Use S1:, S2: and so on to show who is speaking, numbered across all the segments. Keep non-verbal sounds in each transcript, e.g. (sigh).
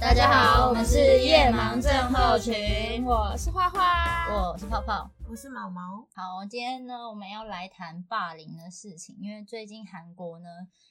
S1: 我们是夜盲症候群
S2: 我是花花
S1: 我是泡泡。
S3: 我是毛毛，
S1: 好，今天呢，我们要来谈霸凌的事情，因为最近韩国呢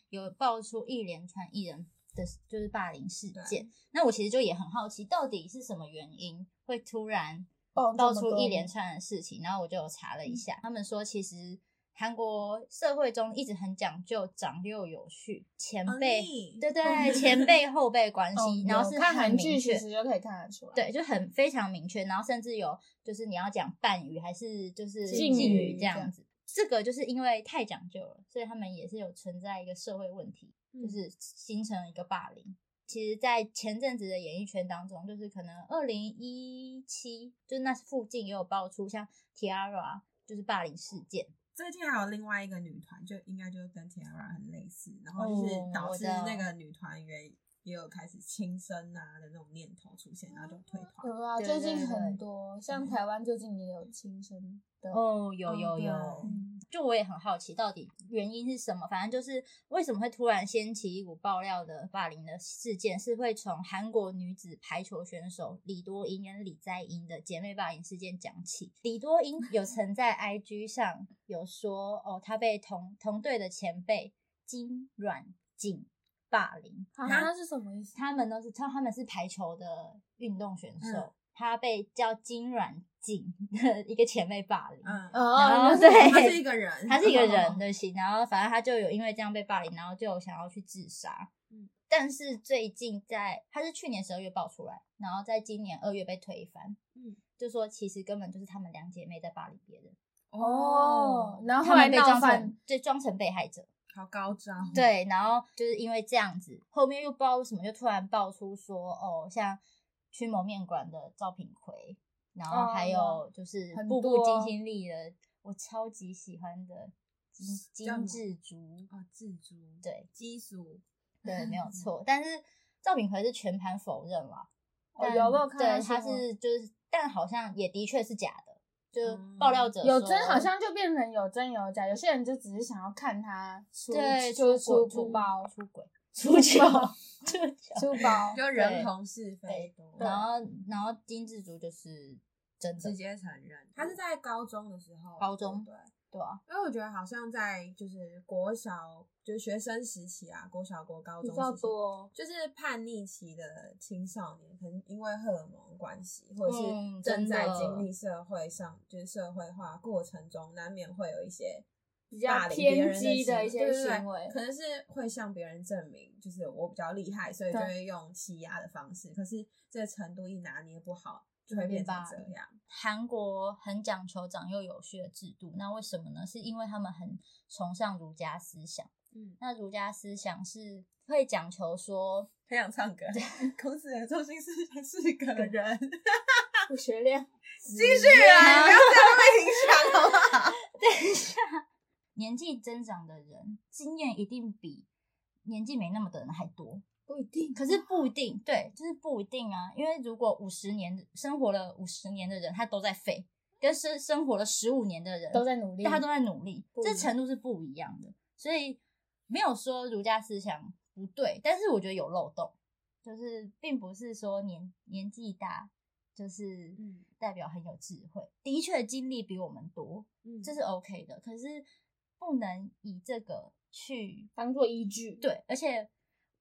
S1: 有爆出一连串艺人的，就是霸凌事件。那我其实就也很好奇，到底是什么原因会突然
S2: 爆
S1: 爆出一连串的事情，然后我就有查了一下，他们说其实韩国社会中一直很讲究长幼有序，前辈、
S3: 嗯
S1: 对对前
S2: (laughs)
S1: 辈后辈关
S2: 哦
S1: 系，然后
S2: 有
S1: 是
S2: 看
S1: 很
S2: 韩剧
S1: 明
S2: 其
S1: 确，
S2: 实就可以看得出来，，
S1: 对，就很非常明确，然后甚至有就是你要讲伴语还是就是
S2: 敬
S1: 语
S2: 语
S1: 这
S2: 这
S1: 样
S2: 样
S1: 子。这个就是因为太讲究了，所以他们也是有存在一个社会问题，
S2: 嗯
S1: 就是形成了一个霸凌。其实，在前阵子的演艺圈当中，就是可能二零一七，就是那附近也有爆出像 Tiara 就是霸凌事件，
S3: (laughs) 最近还有另外一个女团，就应该就跟 Tiara 很类似，然后就是
S1: 哦
S3: 导致
S1: 我知道
S3: 那个女团员也有开始轻生啊的那种念头出现，然后就退团。
S2: 有啊，
S1: 对
S2: 最
S1: 对
S2: 近
S1: 对
S2: 很多，像台湾最近也有轻生的，
S1: 哦，有
S3: 哦
S1: 有有，
S3: 对
S2: 嗯，
S1: 就我也很好奇，到底原因是什么？反正就是为什么会突然掀起一股爆料的霸凌的事件，是会从韩国女子排球选手李多英跟李在英的姐妹霸凌事件讲起。李多英有曾
S2: (laughs)
S1: 在 IG 上有说，哦，她被同同队的前辈金软景霸凌，
S2: 啊，那是什么意思？
S1: 他们都是他他们是排球的运动选手，
S3: 嗯
S1: 她被叫金软景的 (laughs) 一个前辈霸凌。
S3: 嗯，
S1: 然后
S2: 哦，
S1: 对
S3: 他是一个
S1: (laughs)
S3: 人，
S1: 他是一
S3: (laughs)
S1: 个人的心，然后反正他就有因为这样被霸凌，然后就有想要去自杀。嗯，但是最近在他是去年十二月爆出来，然后在今年二月被推翻。
S3: 嗯，
S1: 就说其实根本就是他们两姐妹在霸凌别人，
S2: 哦，然后
S1: 他
S2: 后来
S1: 们被
S2: 闹
S1: 装
S2: 翻
S1: 成，对装成被害者。
S3: 好高招。，
S1: 对，然后就是因为这样子，后面又不知道为什么就突然爆出说哦，像驱魔面馆的赵品奎，然后还有
S2: 哦
S1: 就是
S2: 很
S1: 步步惊
S2: 多
S1: 心力的，我超级喜欢的金
S3: 叫什
S1: 金智竹。
S3: 哦，自足，
S1: 对，
S3: 基础，
S1: 对，
S2: (laughs)
S1: 没有错。但是赵炳奎是全盘否认了，
S2: 哦，
S1: 但
S2: 有没有看到
S1: 对，
S2: 新
S1: 他
S2: 闻？
S1: 是就是，但好像也的确是假的，就是爆料者
S2: 哦有
S1: 说
S2: 真好像就变成有真有假，有些人就只是想要看他出
S1: 对
S2: 出
S1: 出轨
S2: 出出包
S1: 出轨出糗
S2: (laughs) 包
S1: 出糗，
S2: 出 (laughs) 包，
S3: 就人红是非
S2: 嗯
S3: 多，
S1: 然后然后金志竹就是真的
S3: 直，接承认。他是在高中的时候，
S1: 高中
S3: 对不对。
S1: 对啊，
S3: 因为我觉得好像在就是国小，就是学生时期啊，国小、国高中
S2: 比较
S3: 时期，
S2: 多。
S3: 就是叛逆期的青少年，可能因为荷尔蒙关系，或者
S1: 嗯
S3: 是
S1: 真
S3: 正在
S1: 的
S3: 经历社会上就是社会化过程中，难免会有一些
S2: 比较
S3: 霸凌别人
S2: 偏激的
S3: 的
S2: 一些
S3: 对对对
S2: 行为
S3: 可能是会向别人证明，就是我比较厉害，所以就
S2: 对
S3: 会用欺压的方式。可是这个程度一拿捏不好，就会变成这
S1: 明
S3: 样。 (laughs)
S1: 韩国很讲求长幼有序的制度，那为什么呢？是因为他们很崇尚儒家思想。
S3: 嗯，
S1: 那儒家思想是会讲求
S2: (laughs)
S1: 说，
S3: 很想唱歌，孔子的中心思想是个人。
S2: 不学练，
S1: 继
S3: 继续啊，你不要这样被影响好不好？
S1: 年纪增长的人，经验一定比年纪没那么的人还多。
S2: 不一定。
S1: 可是不一定，对，就是不一定啊。因为如果五十年生活了五十年的人，他都在废，跟生生活了十五年的人
S2: 都在努力，
S1: 大家都在努力，
S2: 不一
S1: 这
S2: 样
S1: 程度是不一样的。所以没有说儒家思想不对，但是我觉得有漏洞，就是并不是说年年纪大就是
S3: 嗯
S1: 代表很有智慧，的确经历比我们多，
S3: 嗯
S1: 这是 OK 的。可是不能以这个去
S2: 当做依据。
S1: 对，而且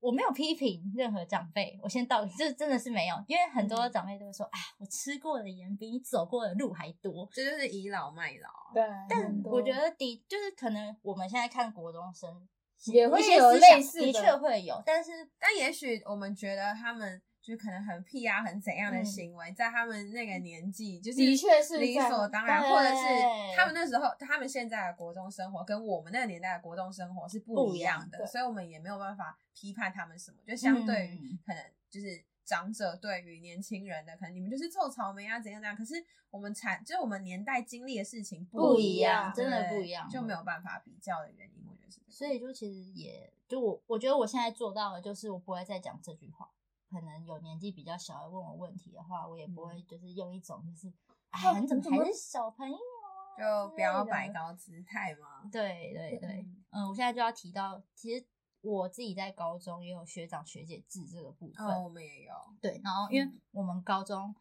S1: 我没有批评任何长辈，我先道，这真的是没有，因为很
S2: 嗯
S1: 多长辈都会说，哎、我吃过的盐比你走过的路还多。
S3: 这就是倚老卖老啊。
S2: 对，
S1: 但
S2: 很多
S1: 我觉得的，就是可能我们现在看国中生
S2: 也会
S1: 一些
S2: 有
S1: 思
S2: 类
S1: 想
S2: 似
S1: 的
S2: 的
S1: 确会有，但是
S3: 但也许我们觉得他们就是可能很屁啊，很怎样的
S1: 嗯
S3: 行为，在他们那个年纪，就是
S2: 的确是
S3: 理
S2: 在
S3: 所当然，
S1: 对
S3: 或者是他们那时候他们现在的国中生活跟我们那个年代的国中生活是
S1: 不
S3: 不
S1: 一
S3: 一
S1: 样
S3: 样的，
S2: 对
S3: 所以我们也没有办法批判他们什么。就相对于
S1: 嗯
S3: 可能就是长者对于年轻人的，可能你们就是臭草莓啊，怎样怎样。可是我们产就是我们年代经历的事情
S1: 不
S3: 一
S1: 一样
S3: 对
S1: 真的
S3: 对
S1: 不一样
S3: 就没有办法比较的原因，我觉得是这个。
S1: 所以就其实也就我我觉得我现在做到的就是我不会再讲这句话。可能有年纪比较小的问我问题的话，我也不会就是用一种就是，哎、
S2: 哦
S1: 你怎么
S2: 嗯你怎么
S1: 还是小朋友啊？
S3: 就不要
S1: 之类的嗯
S3: 摆高姿态嘛。
S1: 对对嗯
S3: 对
S1: 对，嗯，我现在就要提到，其实我自己在高中也有学长学姐制这个部分，
S3: 哦，我们也有，
S1: 对，然后因为
S3: 嗯
S1: 我们高中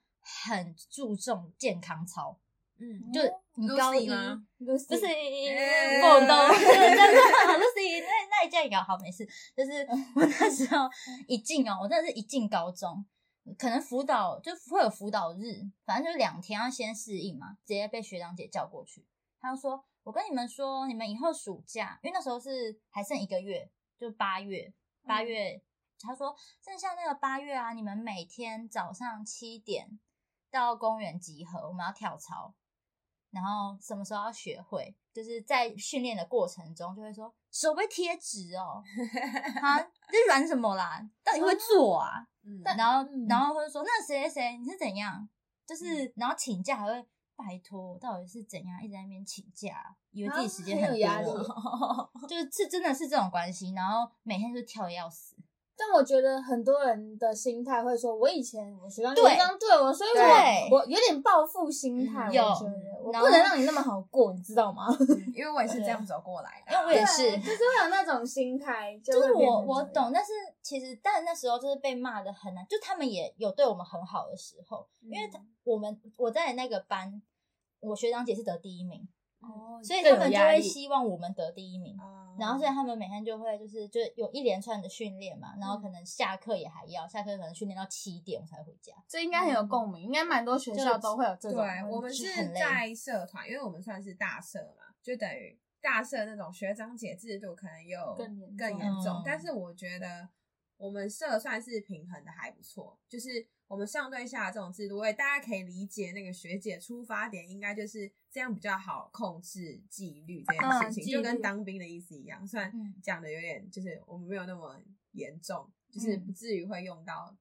S1: 很注重健康操，
S3: 嗯，
S1: 就
S2: 哦
S1: 你
S3: Lucy
S1: 高一
S3: 吗
S1: 不是
S3: 哎
S1: 不懂，
S3: (laughs)
S1: 真的哦 Lucy 那那一件搞好没事，就是我那时候一进哦，我真的是一进高中。可能辅导就会有辅导日，反正就是两天要先适应嘛，直接被学长姐叫过去。他就说：“我跟你们说，你们以后暑假，因为那时候是还剩一个月，就八月，八月。他说剩下那个八月啊，你们每天早上七点到公园集合，我们要跳操，然后什么时候要学会，就是在训练的过程中就会说手被贴纸哦，啊，这软什么啦？到底会做啊？
S3: 嗯，
S1: 然后
S2: 嗯
S1: 然后会说那谁谁谁你是怎样？就是然后请假还会拜托，到底是怎样一直在那边请假，以为自己时间
S2: 啊
S1: 很
S2: 很
S1: 多，
S2: 有压
S1: (laughs)
S2: 力
S1: 就是是真的是这种关系，然后每天就跳的要死。
S2: 但我觉得很多人的心态会说，我以前我学长就
S1: 对
S2: 这样对我，所以
S1: 对
S2: 我我有点报复心态，我
S1: 有
S2: 觉得我
S1: 然
S2: 不
S1: 后
S2: 能让你那么好过，你知道 (laughs) 吗？
S3: 嗯因为我也是这样走过来的，
S1: 因为我也是
S2: 对就是会有那种心态，就
S1: 就是
S2: 会变
S1: 我
S2: 成
S1: 我
S2: 这样
S1: 懂，但是其实但那时候就是被骂的很难，就他们也有对我们很好的时候，
S2: 嗯
S1: 因为他我们我在那个班，我学长姐是得第一名，
S3: 哦
S1: 所以
S2: 更
S1: 他
S2: 有
S1: 们就
S2: 压
S1: 会
S2: 力
S1: 希望我们得第一名。
S3: 哦
S1: 然后所以他们每天就会就是就有一连串的训练嘛，然后
S3: 嗯
S1: 可能下课也还要，下课可能训练到七点我才回家。
S2: 这应该很有共鸣，应该蛮多学
S1: 就
S2: 校都会有这种问
S3: 对
S2: 题。，
S3: 我们是
S1: 很累
S3: 在社团，因为我们算是大社嘛，就等于大社那种学长姐制度可能又
S2: 更严重
S3: 更严重
S1: 嗯，
S3: 但是我觉得我们社算是平衡的还不错，就是我们上对下的这种制度，我也大家可以理解那个学姐出发点应该就是这样比较好控制纪律这件
S2: 嗯
S3: 事情，
S2: 纪
S3: 就跟
S2: 律
S3: 当兵的意思一样，虽然
S1: 嗯
S3: 讲的有点就是我们没有那么严重，就是
S1: 嗯
S3: 不至于会用到。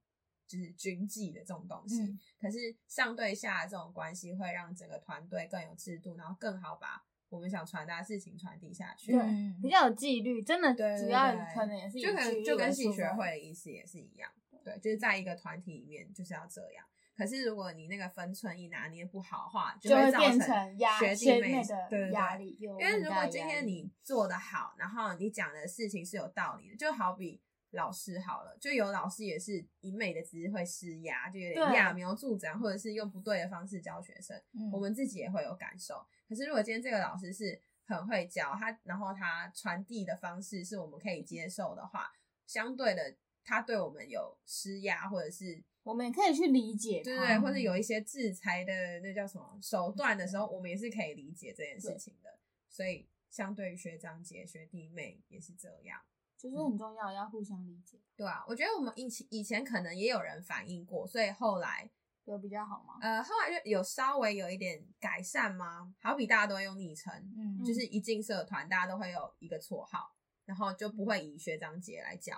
S3: 就是军纪的这种东西，
S1: 嗯
S3: 可是上对下的这种关系会让整个团队更有制度，然后更好把我们想传达的事情传递下去。
S2: 对
S1: 嗯
S2: 比较有纪律，真的
S3: 对，
S2: 主要
S3: 对对
S2: 可能也是以
S3: 就
S2: 纪律
S3: 跟就
S2: 为
S3: 跟系
S2: 出
S3: 学
S2: 发
S3: 会的意思也是一样，对，就是在一个团体里面就是要这样。可是如果你那个分寸一拿捏不好的话，
S2: 就
S3: 会
S2: 会
S3: 造
S2: 变成压
S3: 学弟
S2: 学
S3: 妹
S2: 妹
S3: 对对
S2: 的
S3: 对
S2: 压力，因
S3: 因为如果今天你做的好，然后你讲的事情是有道理的，就好比老师好了，就有老师也是一昧的只是会施压，就有点
S2: 对
S3: 揠苗助长，或者是用不对的方式教学生，
S1: 嗯
S3: 我们自己也会有感受。可是如果今天这个老师是很会教他，然后他传递的方式是我们可以接受的话，相对的他对我们有施压，或者是
S2: 我们也可以去理解
S3: 对
S2: 他
S3: 对，或者有一些制裁的那叫什么手段的时候，我们也是可以理解这件事情的。所以，相对于学长姐、学弟妹也是这样。
S2: 就是很重要，要互相理解，
S3: 对啊，我觉得我们以前以前可能也有人反映过，所以后来
S2: 有比较好吗？
S3: 呃后来就有稍微有一点改善吗？好比大家都会用昵称，
S1: 嗯
S3: 就是一进社团大家都会有一个绰号，然后就不会以学长姐来叫，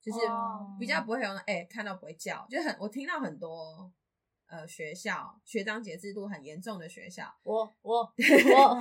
S3: 就是
S2: 哦
S3: 比较不会有那哎、看到不会叫，就很我听到很多呃学校学长姐制度很严重的学校，
S1: 我
S3: (laughs)
S1: 我我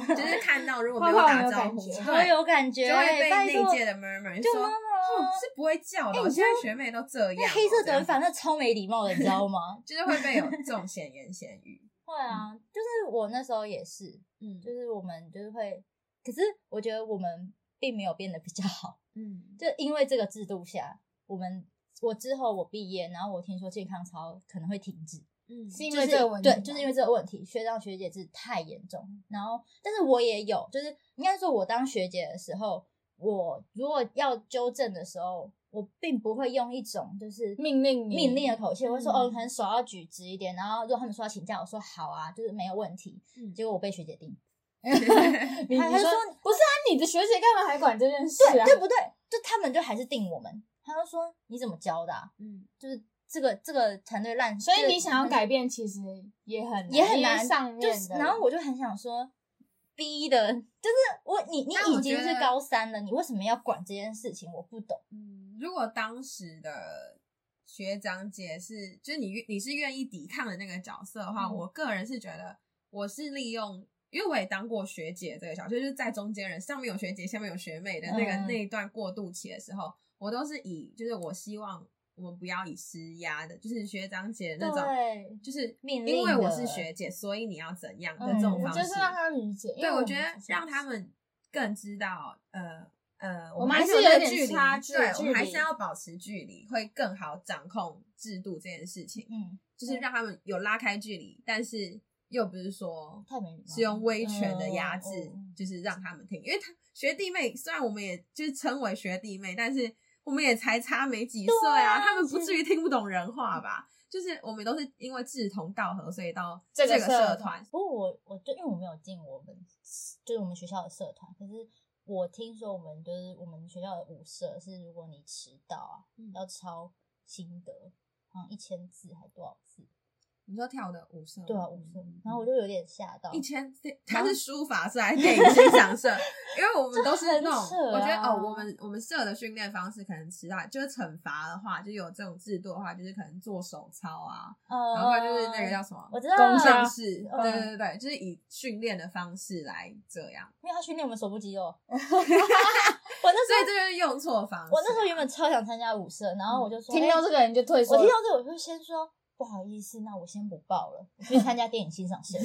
S3: 就是看到如果没有
S2: 泡泡
S3: 打
S2: 有
S3: 招
S2: 感
S3: 呼，
S2: 觉
S1: 我
S3: 对，
S1: 有感觉，
S3: 就会被
S1: 拜托
S3: 那一届的 murmur
S1: 就
S3: 说，
S1: 妈
S3: 哦
S1: 妈
S3: 是不会叫的
S1: 哎
S3: 哦，
S1: 你知
S3: 现
S1: 道
S3: 在学妹都这样
S1: 那
S3: 哦，
S1: 黑色
S3: 这样？
S1: 短发那超没礼貌的，你知道吗
S3: (laughs) 就是会被有这种闲言闲语，
S1: 会啊，就是我那时候也是，
S3: 嗯
S1: 就是我们就是会，可是我觉得我们并没有变得比较好，
S3: 嗯，
S1: 就因为这个制度下，我们我之后我毕业，然后我听说健康操可能会停止，
S3: 嗯
S2: 是因
S1: 就是
S2: 为这个问题吗，
S1: 对，就是因为这个问题，学长学姐制太严重。然后，但是我也有，就是应该说，我当学姐的时候，我如果要纠正的时候，我并不会用一种就是
S2: 命令你
S1: 命令的口气，我会说、
S2: 嗯
S1: 哦，可能手要举直一点。然后，如果他们说要请假，我说好啊，就是没有问题。
S3: 嗯
S1: 结果我被学姐定，
S2: 你
S1: 他
S2: 你
S1: 就
S2: 说
S1: 说
S2: 不是啊，你的学姐干嘛还管这件事
S1: 对
S2: 啊？
S1: 对不对？就他们就还是定我们，他就说你怎么教的、啊？
S3: 嗯
S1: 就是这个这个团队烂，
S2: 所
S1: 这
S2: 以
S1: 个
S2: 你想要改变，其实也很难
S1: 也很
S2: 因为
S1: 难
S2: 上面
S1: 就是，
S2: 的
S1: 然后我就很想说，逼的，就是我你你
S3: 但我
S1: 已经
S3: 觉
S1: 是
S3: 得
S1: 高三了，你为什么要管这件事情？我不懂。
S3: 嗯，如果当时的学长姐是，就是你你是愿意抵抗的那个角色的话，
S1: 嗯
S3: 我个人是觉得我是利用，因为我也当过学姐这个角色，就是在中间人上面有学姐，下面有学妹的那个、
S1: 嗯
S3: 那一段过渡期的时候，我都是以就是我希望我们不要以施压的，就是学长姐的那种，
S1: 对，
S3: 就是
S1: 命
S3: 因为
S1: 令
S3: 我
S1: 的
S3: 是学姐，所以你要怎样的
S1: 嗯
S3: 这种
S2: 哎我
S3: 方
S2: 就
S3: 式，
S2: 是让他理解，因
S3: 对，
S2: 为
S3: 我
S2: 们
S3: 觉得
S2: 不是
S3: 让他们更知道，呃，呃，
S2: 我们还
S3: 还
S2: 是
S3: 有
S2: 有
S3: 那个
S2: 点
S3: 距离
S2: 差距
S3: 对，我
S2: 距
S3: 们还
S2: 离
S3: 是要保持距离，会更好掌控制度这件事情，
S1: 嗯，
S3: 就是让他们有拉开距离，但是又不是说
S1: 太没礼貌
S3: 是用威权的压制，
S1: 嗯嗯
S3: 就是让他们听，因为他学弟妹虽然我们也就是称为学弟妹，但是我们也才差没几岁啊，他们不至于听不懂人话吧？就是我们都是因为志同道合，所以到
S2: 这个
S3: 个社
S2: 社
S3: 团，
S1: 不过我我就因为我没有进我们就是我们学校的社团，可是我听说我们就是我们学校的舞社是，如果你迟到啊，
S3: 嗯
S1: 要抄心得，好像一千字还多少字？
S3: 你说跳的舞社吗，
S1: 对啊，舞社
S3: 嗯。
S1: 然后我就有点吓到，
S3: 一千，他是书法
S1: (laughs)
S3: 社还是电影欣赏社？因为我们都是那种，
S1: 这很扯啊
S3: 我觉得哦，我们我们社的训练方式可能迟到，就是惩罚的话，就有这种制度的话，就是可能做手操啊，
S1: 呃，
S3: 然后不然就是那个叫什么
S1: 我知道
S3: 弓
S2: 啊
S3: 箭式，
S1: 嗯
S3: 对对对对，就是以训练的方式来这样，
S1: 因为他训练我们手部肌
S3: (laughs)
S1: 肉，我
S3: 所
S1: 那
S3: 以
S1: 时
S3: 这就是用错方式。啊
S1: 候我那时候原本超想参加舞社，然后我就说，哎
S2: 听到这个人就退缩
S1: 我
S2: 了。
S1: 嗯听到这个我就先说不好意思，那我先不报 (laughs) 了，我去参加电影欣赏 (laughs) 社，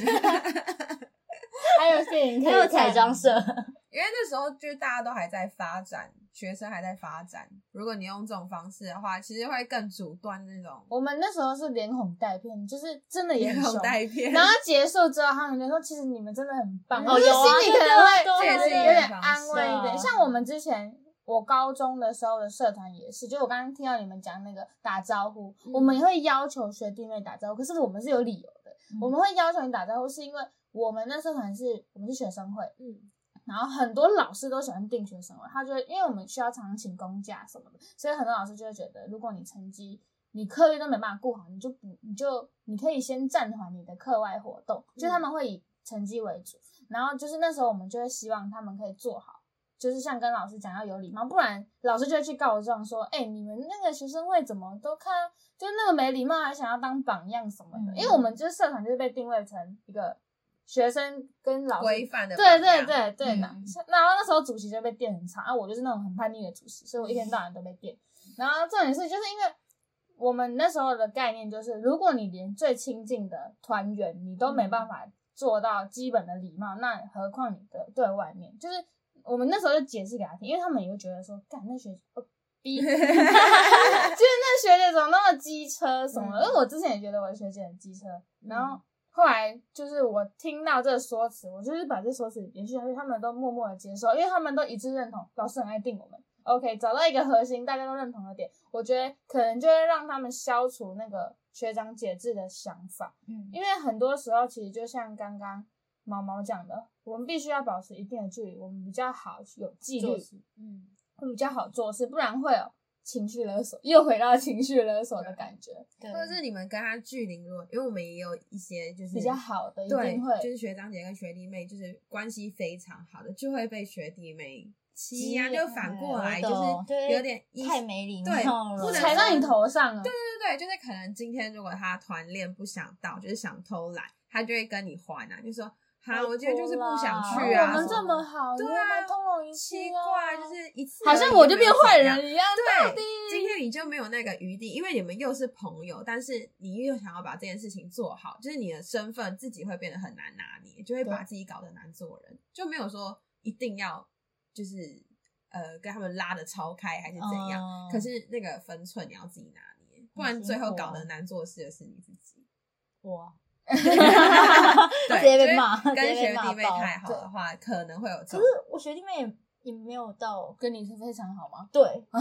S2: 还有电影可
S1: 还
S2: 以
S1: 有
S2: 看
S1: 彩妆社，
S3: 因为那时候就是大家都还在发展，学生还在发展，如果你用这种方式的话，其实会更阻断那种
S2: 我们那时候是连哄带骗，就是真的也很
S3: 口
S2: 凶。
S3: 袋片。
S2: 然后结束之后，他们就说：“其实你们真的很棒。”
S1: 哦
S2: 我就
S1: 有啊
S2: 心里可能会
S1: 对
S3: 啊对啊
S2: 就是
S3: 对啊
S2: 有点安慰一
S1: 对啊
S2: 点。像我们之前，我高中的时候的社团也是，就我刚刚听到你们讲那个打招呼，
S3: 嗯
S2: 我们也会要求学弟妹打招呼，可是我们是有理由的。
S1: 嗯
S2: 我们会要求你打招呼，是因为我们那社团是我们是学生会，
S3: 嗯
S2: 然后很多老师都喜欢定学生会，他就会因为我们需要常请公假什么的，所以很多老师就会觉得，如果你成绩你课业都没办法顾好，你就不你就你可以先暂缓你的课外活动，就他们会以成绩为主。然后就是那时候我们就会希望他们可以做好，就是像跟老师讲要有礼貌，不然老师就会去告状说，哎、你们那个学生会怎么都看，就那个没礼貌，还想要当榜样什么的。
S1: 嗯
S2: 因为我们就是社团就是被定位成一个学生跟老师
S3: 规范的
S2: 对
S3: 榜
S2: 对
S3: 样，
S2: 对对，
S1: 嗯
S2: 那像然后那时候主席就被电很长啊，我就是那种很叛逆的主席，所以我一天到晚都被电。然后重点是，就是因为我们那时候的概念就是，如果你连最亲近的团员你都没办法做到基本的礼貌，那何况你的对外面？就是我们那时候就解释给他听，因为他们也会觉得说，干那学呃
S1: (laughs)
S2: 逼， (laughs) 就是那学姐怎么那么机车什么的？
S3: 嗯
S2: 因为我之前也觉得我的学姐很机车，然
S1: 嗯
S2: 后后来就是我听到这个说辞，我就是把这说辞延续下去，他们都默默的接受，因为他们都一致认同老师很爱定我们。OK，找到一个核心，大家都认同的点，我觉得可能就会让他们消除那个学长姐制的想法，
S1: 嗯
S2: 因为很多时候其实就像刚刚毛毛讲的，我们必须要保持一定的距离，我们比较好有纪律
S1: 做，事
S3: 嗯，
S2: 会比较好做事，不然会有情绪勒索，又回到情绪勒索的感觉，
S1: 对，
S3: 或者是你们跟他距离如果，因为我们也有一些就是
S2: 比较好的一
S3: 嗯对
S2: 定会，
S3: 就是学长姐跟学弟妹就是关系非常好的，就会被学弟妹欺压，
S1: 欺
S3: 啊就反过来
S1: 我懂
S3: 就是有点依
S1: 太没礼
S3: 对
S1: 貌了，嗯
S3: 不能
S2: 踩到你头上了。
S3: 对对对，就是可能今天如果他团练不想到，就是想偷懒，他就会跟你还啊，就说哈，
S1: 拜
S3: 我今天就是不想
S1: 托啦
S3: 去
S1: 哦
S3: 啊，
S2: 我们
S3: 什
S2: 这
S3: 么
S2: 么好，
S3: 对
S2: 你有没
S3: 啊
S2: 有通融一次
S3: 奇
S2: 啊
S3: 怪，就是一次
S2: 好像
S3: 而已
S2: 我就变坏。
S3: 又没有怎样
S2: 人一样。到底
S3: 对，今天你就没有那个余地，因为你们又是朋友，但是你又想要把这件事情做好，就是你的身份自己会变得很难拿捏，就会把
S2: 对
S3: 自己搞得难做人，就没有说一定要就是呃跟他们拉的超开还是怎样，
S1: 嗯
S3: 可是那个分寸你要自己拿捏，不然
S1: 很辛
S3: 最后
S1: 苦啊
S3: 搞得难做事的是你自
S1: (laughs)
S3: 己。
S1: 我
S3: (laughs) 对，
S1: (laughs) 直接被
S3: 就是
S1: 骂
S3: 跟
S1: 直接被
S3: 学
S1: 骂
S3: 弟妹
S1: 爆
S3: 太好的话，可能会有这
S1: 可
S3: 种
S1: 是。我学弟妹也也没有到，
S2: 跟你是非常好吗？
S1: 对，就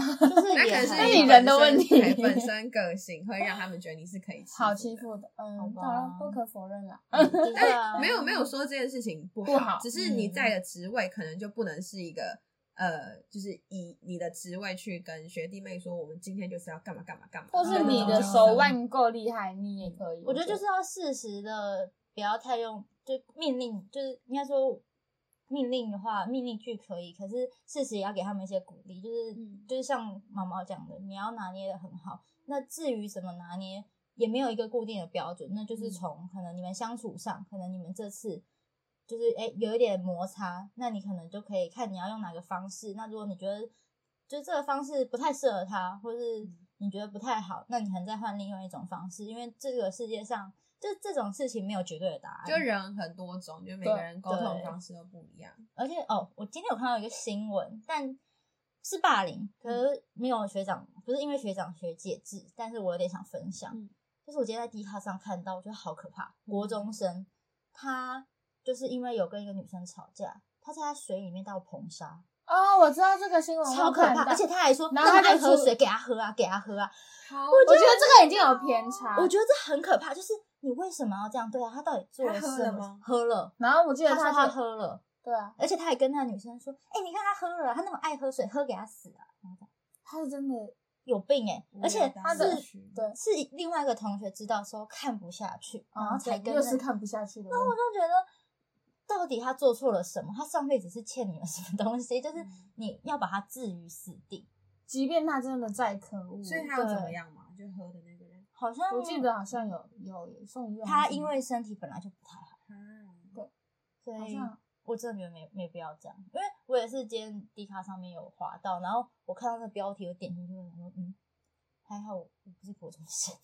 S3: (laughs) 那
S1: 是
S3: 可
S1: 也
S3: 能是
S1: 还
S2: 那
S3: 你
S2: 你人
S3: 本身
S2: 的问
S3: 对
S2: 题
S3: 本身个性会让他们觉得你是可以欺
S2: 好
S3: 负
S2: 欺
S3: 的
S2: 负的，
S1: 好
S2: 嗯，
S1: 吧
S2: 当然不可否认啦。
S1: 对啊
S3: 但没有没有说这件事情不好，
S2: 不好
S3: 只是你
S1: 嗯
S3: 在的职位可能就不能是一个、呃，就是以你的职位去跟学弟妹说，我们今天就是要干嘛干嘛干嘛，
S2: 或是你的手腕够厉害，你也可以。
S1: 我觉得就是要适时的，不要太用就命令，就是应该说命令的话，命令句可以，可是适时也要给他们一些鼓励，就是、
S3: 嗯
S1: 就是像毛毛讲的，你要拿捏的很好。那至于怎么拿捏，也没有一个固定的标准，那就是从可能你们相处上，可能你们这次。就是哎、诶有一点摩擦，那你可能就可以看你要用哪个方式。那如果你觉得就这个方式不太适合他，或是
S2: 嗯
S1: 你觉得不太好，那你可能再换另外一种方式，因为这个世界上就这种事情没有绝对的答案。
S3: 就人很多种，就每个人沟通
S1: 对
S3: 方式都不一样。
S1: 而且哦，我今天有看到一个新闻，但是霸凌，可
S2: 嗯
S1: 是没有学长，不是因为学长学姐制，但是我有点想分享，
S2: 嗯
S1: 就是我今天在 D 卡上看到，我觉得好可怕，国中生，他就是因为有跟一个女生吵架，他在他水里面倒硼砂，
S2: 哦，我知道这个新闻，
S1: 超
S2: 我
S1: 可
S2: 看
S1: 怕，
S2: 到
S1: 而且他还说，
S2: 然
S1: 那
S2: 后
S1: 他
S2: 他
S1: 爱
S2: 就
S1: 喝
S2: 出
S1: 水，给他喝啊，给他喝啊，
S3: 好，
S2: 我觉得这个已经有偏差。
S1: 我觉得这很可怕，就是你为什么要这样对啊？他到底做
S3: 他
S1: 了
S3: 喝
S1: 什
S3: 了
S1: 么
S3: 吗？
S1: 喝了，
S2: 然后我记得
S1: 他说他
S2: 他
S1: 喝了。
S2: 对啊，
S1: 而且他还跟那女生说：“哎、你看他喝了啊，他那么爱喝水，喝给他死啊，
S2: 他是真的
S1: 有病哎、而且
S2: 他的
S1: 是
S2: 对
S1: 是另外一个同学知道说看不下去，然后
S2: 啊，
S1: 才跟
S2: 又
S1: 那
S2: 是看不下去的问
S1: 我
S2: 题。
S1: 就觉得到底他做错了什么？他上辈子是欠你们什么东西？就是
S2: 嗯
S1: 你要把他置于死地，
S2: 即便他真的再可恶，
S3: 所以他有怎么样嘛？就喝的那个人
S1: 好像
S2: 我记得好像有有送医院，
S1: 他因为身体本来就不太好，
S3: 啊，
S2: 嗯
S1: 所
S2: 好
S1: 以
S2: 像
S1: 我真的觉得没没必要这样，因为我也是今天 D 卡上面有滑到，然后我看到那标题，我点进去，我想说嗯，还好我我不是国中生。”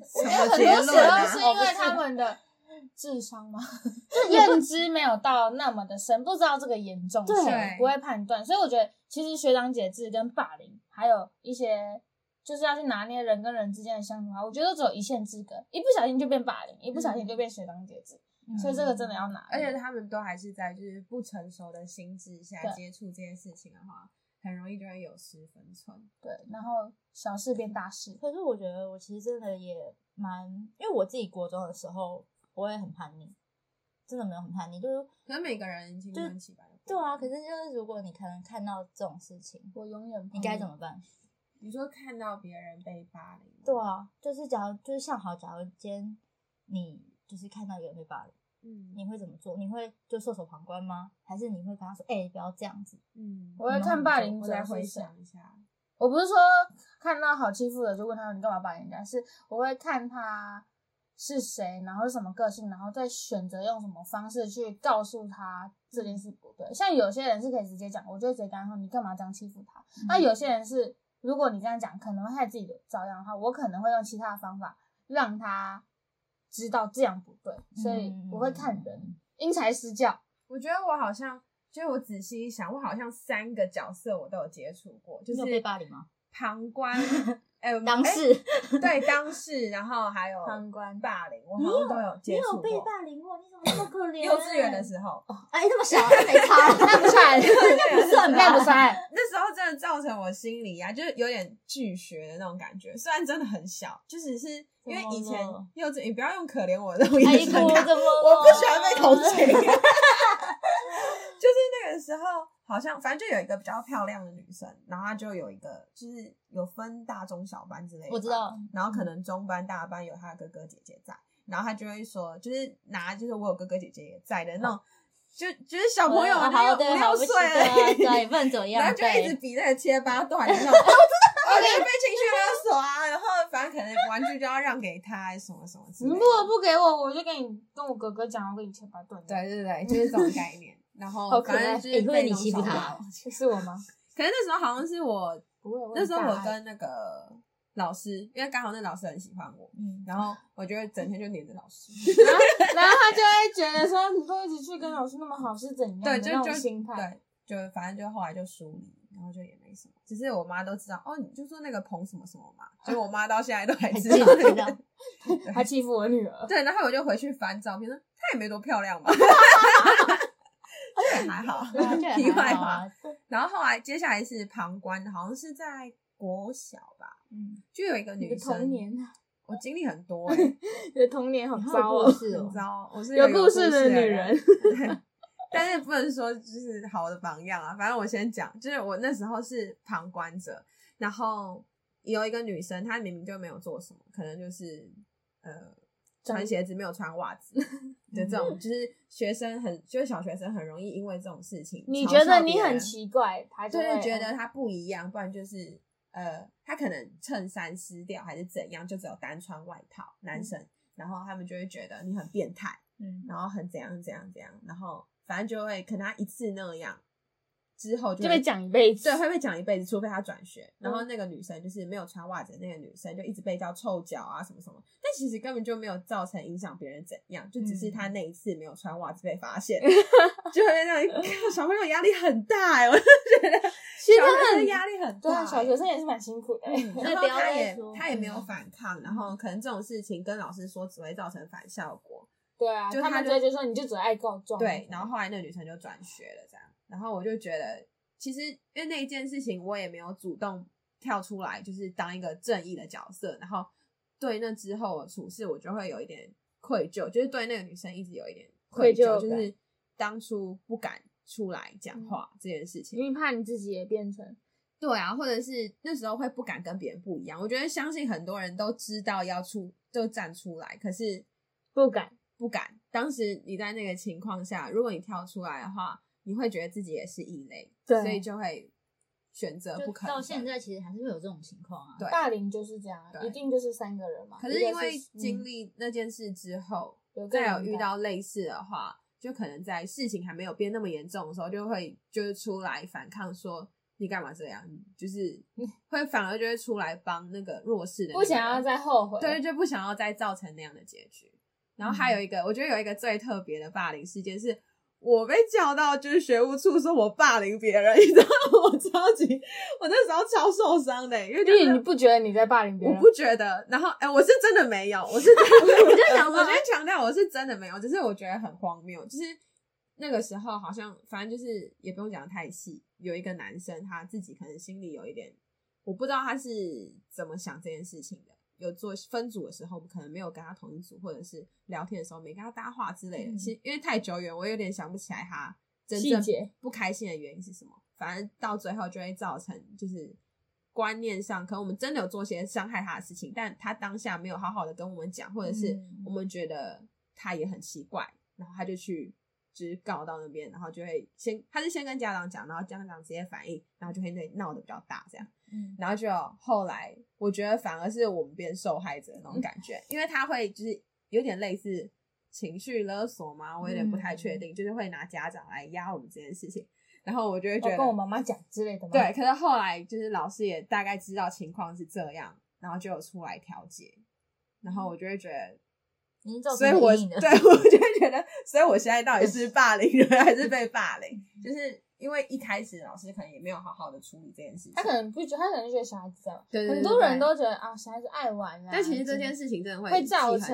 S2: 我觉得
S3: 什么结
S2: 很多时
S3: 论
S2: 候
S3: 啊
S2: 哦是因为他们的 (laughs) 智商吗？认知没有到那么的深，不知道这个严重性
S3: 对，
S2: 不会判断，所以我觉得其实学长姐制跟霸凌，还有一些就是要去拿捏人跟人之间的相处的话，我觉得都只有一线之隔，一不小心就变霸凌，一不小
S1: 嗯
S2: 心就变学长姐制，所以这个真的要拿
S3: 而
S2: 捏。
S3: 且他们都还是在就是不成熟的心智下
S2: 对
S3: 接触这件事情的话，很容易就会有失分寸。
S2: 对，然后小事变大事，
S1: 可是我觉得我其实真的也蛮，因为我自己国中的时候，我也很叛逆，真的没有很叛逆，就是
S3: 可是每个人青春期吧，
S1: 对啊。可是就是如果你可能看到这种事情，
S2: 我永远
S1: 你该怎么
S2: 嗯
S1: 办？
S3: 你说看到别人被霸凌，
S1: 对，啊，就是假如就是像好，假如今天你就是看到有人被霸凌，
S3: 嗯
S1: 你会怎么做？你会就袖手旁观吗？还是你会跟他说，哎、不要这样子？
S3: 嗯，
S2: 我会看霸凌
S3: 我
S2: 者
S3: 来
S2: 是
S3: 回
S2: 谁
S3: 想一下，
S2: 我不是说看到好欺负的就问他你干嘛把人家，是我会看他是谁，然后是什么个性，然后再选择用什么方式去告诉他这件事不对。像有些人是可以直接讲，我就直接跟他说你干嘛这样欺负他。那有些人是，如果你这样讲可能会害自己遭殃的话，我可能会用其他的方法让他知道这样不对，所以我会看人，因材施教。 (laughs)
S3: 我觉得我好像。就是我仔细一想，我好像三个角色我都有接触过，就
S1: 你
S3: 是
S1: 有被霸凌吗？
S3: 旁观，
S1: (laughs)
S3: 哎、我们
S1: 当
S3: 哎
S1: 事、
S3: 对当事，然后还有
S2: 旁观
S3: 霸凌，我好像都有
S1: 你
S3: 接触
S1: 有被
S3: 过。
S1: 霸凌过？你怎么那么可怜？
S3: 幼稚园的时候，啊
S1: 哎、那么小，那没差，啊
S2: 那 (laughs) 不算，那
S1: 不算吧
S2: (laughs) 那不算。
S3: 那时候真的造成我心里啊，就是有点拒学的那种感觉。虽然真的很小，就只是因为以前
S1: 怎么了
S3: 幼稚，你不要用可怜我的那种眼
S1: (laughs) 哎
S3: 神
S1: 我
S3: 看，
S1: 怎么了？
S3: 我不喜欢被同情。
S1: 哦
S3: (laughs) 就是那个时候，好像反正就有一个比较漂亮的女生，然后她就有一个就是有分大中小班之类的，
S1: (laughs) 我知。道，
S3: 然后可能中班、大班有她的哥哥姐姐在，然后她就会说，就是拿就是我有哥哥姐姐也在的那种，就就是小朋友那
S1: 嗯哦好
S3: 个
S1: 对
S3: 五
S1: 好
S3: 六
S1: 不行
S3: 岁而已，
S1: 对啊对，不能怎么样，
S3: 然后就一直
S1: 对
S3: 比那个切八段那种，我就哦被情绪勒索啊，然后反正可能玩具就要让给他什么什么之
S2: 你
S3: 类的
S1: 嗯
S2: 如。果不给我，我就跟你跟我哥哥讲，我跟你切八段。，
S3: 对对对，就是这种概念。然后
S2: 好可
S3: 反
S2: 爱
S3: 正就是
S1: 哎会
S3: 被
S1: 你
S3: 弄
S1: 欺负
S3: 小
S1: 他
S3: 到
S1: 哦
S2: 是我吗？
S3: 可是那时候好像是我，
S2: 不会，
S3: 那时候
S2: 很
S3: 我
S2: 大爱
S3: 跟那个老师，因为刚好那老师很喜欢我，
S1: 嗯，
S3: 然后我就会整天就黏着老师。
S2: 然后然后他就会觉得说，你都一直去跟老师那么好是怎样的
S3: 对，就
S2: 那
S3: 就
S2: 种心态？
S3: 对，就反正就后来就疏离，然后就也没什么。只是我妈都知道，哦，你就说那个彭什么什么嘛，所以我妈到现在都还 (laughs)
S1: 还
S3: 知
S1: 记
S3: 道
S1: 得
S3: 那
S1: 知
S3: 个
S1: 道。
S2: 他欺负我女儿，
S3: 对，然后我就回去翻照片，说她也没多漂亮嘛， (laughs) 这也还好
S1: 对啊这也，
S3: 题
S1: 还
S3: 外
S1: 好
S3: 话。
S1: 啊，
S3: 然后后来接下来是旁观，好像是在国小吧，
S1: 嗯，
S3: 就有一个
S2: 你
S3: 女
S2: 的
S3: 生，
S2: 童年，
S3: 我经历很
S2: (laughs)
S3: 多、欸，
S2: 你的童年好
S1: 你好
S2: 糟
S1: 有
S2: 哦
S1: 故，
S2: (laughs)
S1: 事
S3: 很
S1: 哦，
S3: 糟，我是
S2: 有
S3: 一个
S2: 故事的女
S3: 人 (laughs)
S2: 人。。
S3: 对但是不能说就是好的榜样啊，反正我先讲，就是我那时候是旁观者，然后有一个女生，她明明就没有做什么，可能就是呃穿鞋子没有穿袜
S2: (laughs)
S3: 子的这种，就是学生很就是小学生很容易因为这种事情，
S2: 你觉得你很
S3: 奇，
S2: 奇怪，他就
S3: 就是
S2: 会
S3: 觉得她不一样，不然就是呃她可能衬衫湿掉还是怎样，就只有单穿外套，
S2: 嗯
S3: 男生，然后他们就会觉得你很变态。
S1: 嗯，
S3: 然后很怎样怎样怎样，然后反正就会可能他一次那样，之后
S2: 就
S3: 会
S2: 被讲一嗯辈子
S3: 对，。会被讲一辈子，除非他转学。然后那个女生就是没有穿袜子的那个女生，就一直被叫臭脚啊什么什么，但其实根本就没有造成影响别人怎样，就
S2: 嗯
S3: 只是她那一次没有穿袜子被发现，就会让你 (laughs) 看小朋友压力很大、欸，我就觉得
S2: 其实
S3: 小
S2: 他
S3: 朋友
S2: 们
S3: 压力很
S2: 对
S3: 大、
S2: 啊，
S3: 欸嗯
S2: 小学生也是蛮辛苦的。欸
S1: 所以
S3: 然
S1: 不
S3: 后
S1: 要
S3: 他
S1: 再
S3: 也
S1: 说
S3: 他也没有反抗，然后可能这种事情跟老师说只会造成反效果，
S2: 对啊，
S3: 就
S2: 他
S3: 他
S2: 们
S3: 就
S2: 直接就说你就只爱告状。啊
S3: 对，然后后来那个女生就转学了，这样。然后我就觉得，其实因为那一件事情，我也没有主动跳出来，就是当一个正义的角色。然后对那之后的处事，我就会有一点愧疚，就是对那个女生一直有一点愧疚，
S2: 愧疚
S3: 就
S2: 感
S3: 是当初不敢出来讲话这件事情。
S2: 因为怕你自己也变成
S3: 对啊，或者是那时候会不敢跟别人不一样。我觉得相信很多人都知道要出就站出来，可是
S2: 不敢。
S3: 不敢。当时你在那个情况下，如果你跳出来的话，你会觉得自己也是异类，
S2: 对
S3: 所以就会选择不
S1: 就
S3: 肯。
S1: 到现，在其实还是会有这种情况啊。
S3: 对
S2: 霸凌就是这样，啊
S3: 对
S2: 一定就是三个人嘛。
S3: 可
S2: 一
S3: 是
S2: 个
S3: 因为经
S2: 嗯
S3: 历那件事之后，
S2: 有更
S3: 再有
S2: 勇
S3: 遇
S2: 敢
S3: 到类似的话，就可能在事情还没有变那么严重的时候，就会就是出来反抗说。你干嘛这样？就是
S2: 嗯
S3: 会反而就会出来帮那个弱势的那个
S2: 不
S3: 人，
S2: 想要再后悔。
S3: 对，就不想要再造成那样的结局。然后还
S2: 嗯
S3: 有一个，我觉得有一个最特别的霸凌事件是。我被叫到就是学务处说我霸凌别人，你知道吗我超级，我那时候超受伤的、因为就
S2: 因为你
S3: 是
S2: 不觉得你在霸凌别
S3: 我
S2: 人？
S3: 不觉得，然后哎、我是真的 (laughs) 没有，我是真的，我就
S1: 想说
S3: (laughs) 我先强调我是真的没有，只是我觉得很荒谬，就是那个时候好像反正就是也不用讲得太细，有一个男生他自己可能心里有一点我不知道他是怎么想这件事情的。有做分组的时候，可能没有跟他同一组，或者是聊天的时候没跟他搭话之类的。
S2: 嗯
S3: 其实因为太久远，我有点想不起来他真
S2: 细
S3: 正
S2: 节
S3: 不开心的原因是什么。反正到最后就会造成就是观念上，可能我们真的有做些伤害他的事情，但他当下没有好好的跟我们讲，或者是
S2: 嗯
S3: 我们觉得他也很奇怪，然后他就去就是告到那边，然后就会先他是先跟家长讲，然后家长直接反应，然后就会那闹得比较大这样。
S2: 嗯，
S3: 然后就后来，我觉得反而是我们变受害者的那种感觉，因为他会就是有点类似情绪勒索嘛，我有点不太
S2: 嗯
S3: 确定，就是会拿家长来压我们这件事情，然后我就会觉
S2: 我
S3: 得
S2: 哦跟我妈妈讲之类的吗？
S3: 对，，可是后来就是老师也大概知道情况是这样，然后就有出来调解，然后我就会觉得。
S1: 已经
S2: 嗯
S1: 造
S3: 所以
S1: 成
S3: 我
S1: 阴影了。
S3: 对 (laughs) 我就会觉得，所以我现在到底是霸凌人还是被霸凌？
S2: 嗯
S3: 就是因为一开始老师可能也没有好好的处理这件事情，
S2: 他可能不觉，他可能觉得小孩子这样，
S3: 对对对
S2: 很多
S3: 对
S2: 人都觉得啊，小孩子爱玩啊。
S3: 但其实这
S2: 真的
S3: 件事情真的会
S2: 会
S3: 记
S2: 造
S3: 很
S2: 成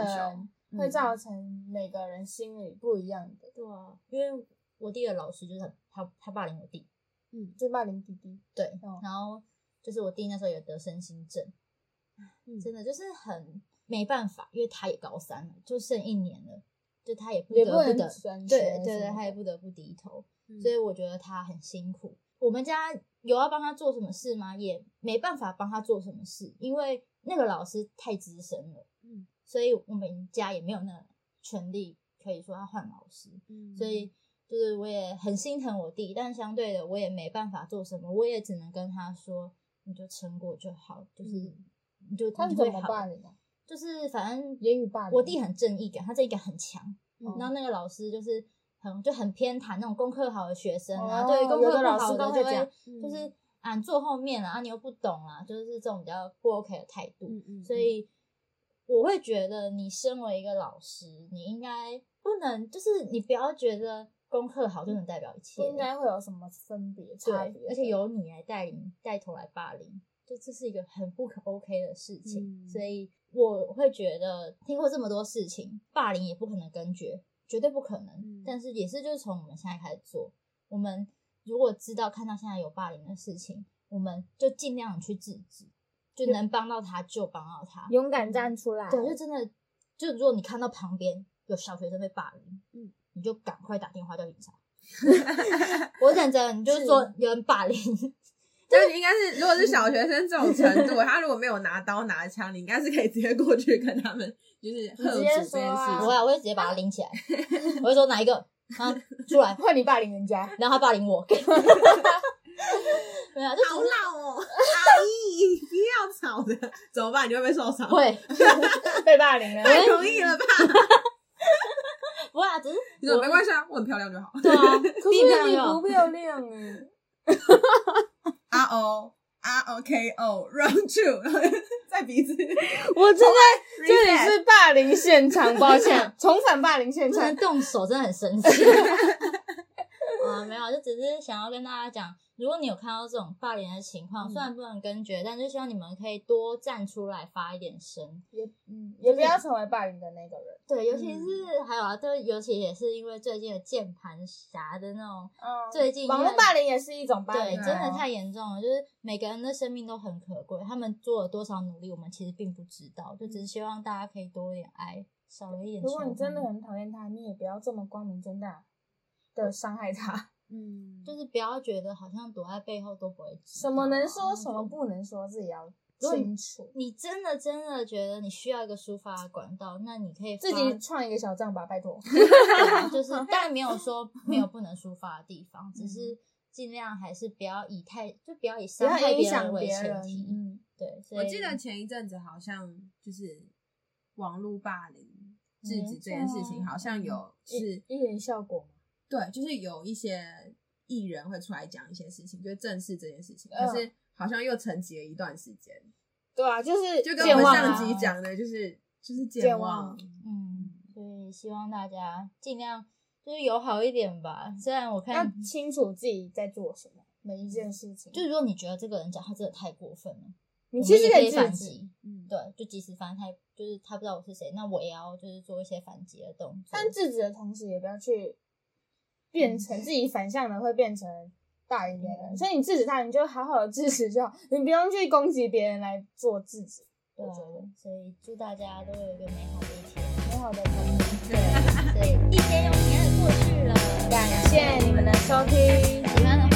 S3: 久
S2: 会
S3: 嗯
S2: 造成每个人心里不一样的，
S1: 对啊，因为我弟的老师就是很他他霸凌我弟，
S3: 嗯，
S2: 就霸凌弟弟。
S1: 对，
S2: 哦
S1: 然后就是我弟那时候也得身心症，
S3: 嗯
S2: 嗯
S1: 真的就是很没办法，因为他也高三了，就剩一年了，就他也不
S2: 也
S1: 得
S2: 不能
S1: 得，
S2: 转学
S1: 对对
S2: 什
S1: 对，
S2: 么
S1: 他也
S2: 的
S1: 不得不低头，
S3: 嗯
S1: 所以我觉得他很辛苦。我们家有要帮他做什么事吗？也没办法帮他做什么事，因为那个老师太资深了，
S3: 嗯，
S1: 所以我们家也没有那权利可以说要换老师，
S3: 嗯
S1: 所以
S2: 嗯
S1: 就是我也很心疼我弟，但相对的我也没办法做什么，我也只能跟他说，你就撑过就好，就是
S3: 嗯
S1: 你就
S2: 他
S1: 你
S2: 们
S1: 会
S2: 怎么
S1: 好
S2: 霸凌啊？
S1: 就是反正
S2: 言语霸凌。哦
S1: 我弟很正义感，他正义感很强，
S3: 嗯
S1: 然后那个老师就是很就很偏袒那种功课好的学生啊，
S2: 哦
S1: 对于功
S2: 有
S1: 课
S2: 的
S1: 不
S2: 老
S1: 好
S2: 师
S1: 的
S2: 都
S1: 就
S2: 会讲
S3: 嗯
S2: 嗯
S1: 就是啊你坐后面啊，啊你又不懂啊，就是这种比较不 OK 的态度。
S3: 嗯嗯，
S1: 所以我会觉得，你身为一个老师，你应该不能，就是你不要觉得功课好就能代表一切，
S2: 不应该会有什么分别差别
S1: 对，
S2: 的，
S1: 而且由你来带领、带头来霸凌，就这是一个很不可 OK 的事情。
S3: 嗯
S1: 所以我会觉得，听过这么多事情，霸凌也不可能根绝，绝对不可能。
S3: 嗯
S1: 但是也是就是从我们现在开始做，我们如果知道看到现在有霸凌的事情，我们就尽量去制止，就能帮到他就帮到他。
S2: 勇敢站出来。
S1: 对，就真的，就如果你看到旁边有小学生被霸凌，
S3: 嗯
S1: 你就赶快打电话叫警察。我认真，你就是说有人霸凌， (laughs)
S3: 但是应该是，如果是小学生这种程度，他如果没有拿刀拿枪，你应该是可以直接过去跟他们就是喝阻这件事
S2: 你直接说啊
S1: 我
S3: 情。
S1: 会我会直接把他拎起来，我会说哪一个，然后出来，
S2: (laughs) 换你霸凌
S3: (laughs)
S2: 人家，
S1: 然后他霸凌我， (laughs) 没有，啊就只
S3: 好
S1: 是
S3: 老哦，阿姨，不要吵的，怎么办？你会不会受伤？
S1: 会，
S2: 被霸凌了。
S3: 太容易了吧？
S1: 不会啊，只是
S3: 你说
S1: 我
S3: 没关系啊，我很漂亮就好。
S1: 对啊，(laughs)
S2: 可
S1: 比你漂亮
S2: 是你
S1: 就好
S2: 不漂亮哎，
S3: R O R O K O round two，在 (laughs) 鼻子。
S2: (laughs) 我真的这里
S3: reset
S2: 是霸凌现场，抱歉，重返霸凌现
S1: 不
S2: 场
S1: 能。动手，真的很
S2: (laughs)
S1: 生气。啊，没有，就只是想要跟大家讲，如果你有看到这种霸凌的情况，
S2: 嗯
S1: 虽然不能根绝，但就希望你们可以多站出来发一点声。
S2: 也嗯，也不要成为霸凌的那个人。
S1: 对，尤
S2: 嗯
S1: 其是、还有啊，对，尤其也是因为最近的键盘侠的那种，
S2: 嗯，
S1: 最近
S2: 网络
S1: 因为
S2: 霸凌也是一种霸
S1: 对，
S2: 凌，啊
S1: 真的太严重了。就是每个人的生命都很可贵，他们做了多少努力，我们其实并不知道，就只是希望大家可以多一点爱，少了一点仇
S2: 嗯如
S1: 恨。
S2: 果你真的很讨厌他，你也不要这么光明正大的伤害他。
S3: 嗯，
S1: 就是不要觉得好像躲在背后都不会知道
S2: 什么能
S1: 啊
S2: 说，什么不能说，自己要
S1: 如果你
S2: 清楚。
S1: 你真的真的觉得你需要一个抒发的管道，那你可以
S2: 自
S1: 发
S2: (laughs) 己创一个小账吧，拜 (laughs) 托。
S1: 对啊就是当然没有说没有不能抒发的地方，只是尽量还是不要以太就不要以
S2: 嗯不
S1: 伤
S2: 要
S1: 害
S2: 影
S1: 别人
S2: 响
S1: 为
S2: 别
S1: 前。
S2: 人
S1: 提。
S2: 嗯，
S1: 对，所以
S3: 我记得前一阵子好像就是网络霸凌制止这件事情，
S2: 嗯
S3: 好像有是
S2: 一一点效果嘛。
S3: 对，就是有一些艺人会出来讲一些事情，就正视这件事情，
S2: 嗯
S3: 可是好像又沉寂了一段时间，
S2: 对啊，就是
S3: 就跟我
S2: 健
S3: 们
S2: 忘
S3: 上
S2: 啊
S3: 集讲的，就是就是
S2: 健
S3: 健忘
S2: 忘。
S1: 嗯，所以希望大家尽量就是友好一点吧。虽然我
S2: 要
S1: 看，
S2: 清楚自己在做什么，每一件事情。
S1: 就如果你觉得这个人讲话真的太过分了，我
S2: 你
S1: 们
S2: 其实
S1: 也
S2: 可
S1: 可
S2: 以制
S1: 反
S2: 止，
S1: 击。
S3: 嗯，
S1: 对，就即使反正他就是他不知道我是谁，那我也要就是做一些反击的动作。
S2: 但制止的同时，也不要去变成
S1: 嗯
S2: 自己反向的，会变成霸凌别人。所以你制止他，你就好好的制止就好，你不用去攻击别人来做制止。
S1: 对
S2: 我
S1: 啊
S2: 觉得，
S1: 所以祝大家都有一个美好的一天。
S2: 美好的童年。
S1: 对，
S2: (laughs)
S1: 所以一天又平安的过去了。啊
S2: 感谢你们的收听。
S1: 喜欢的话哦哦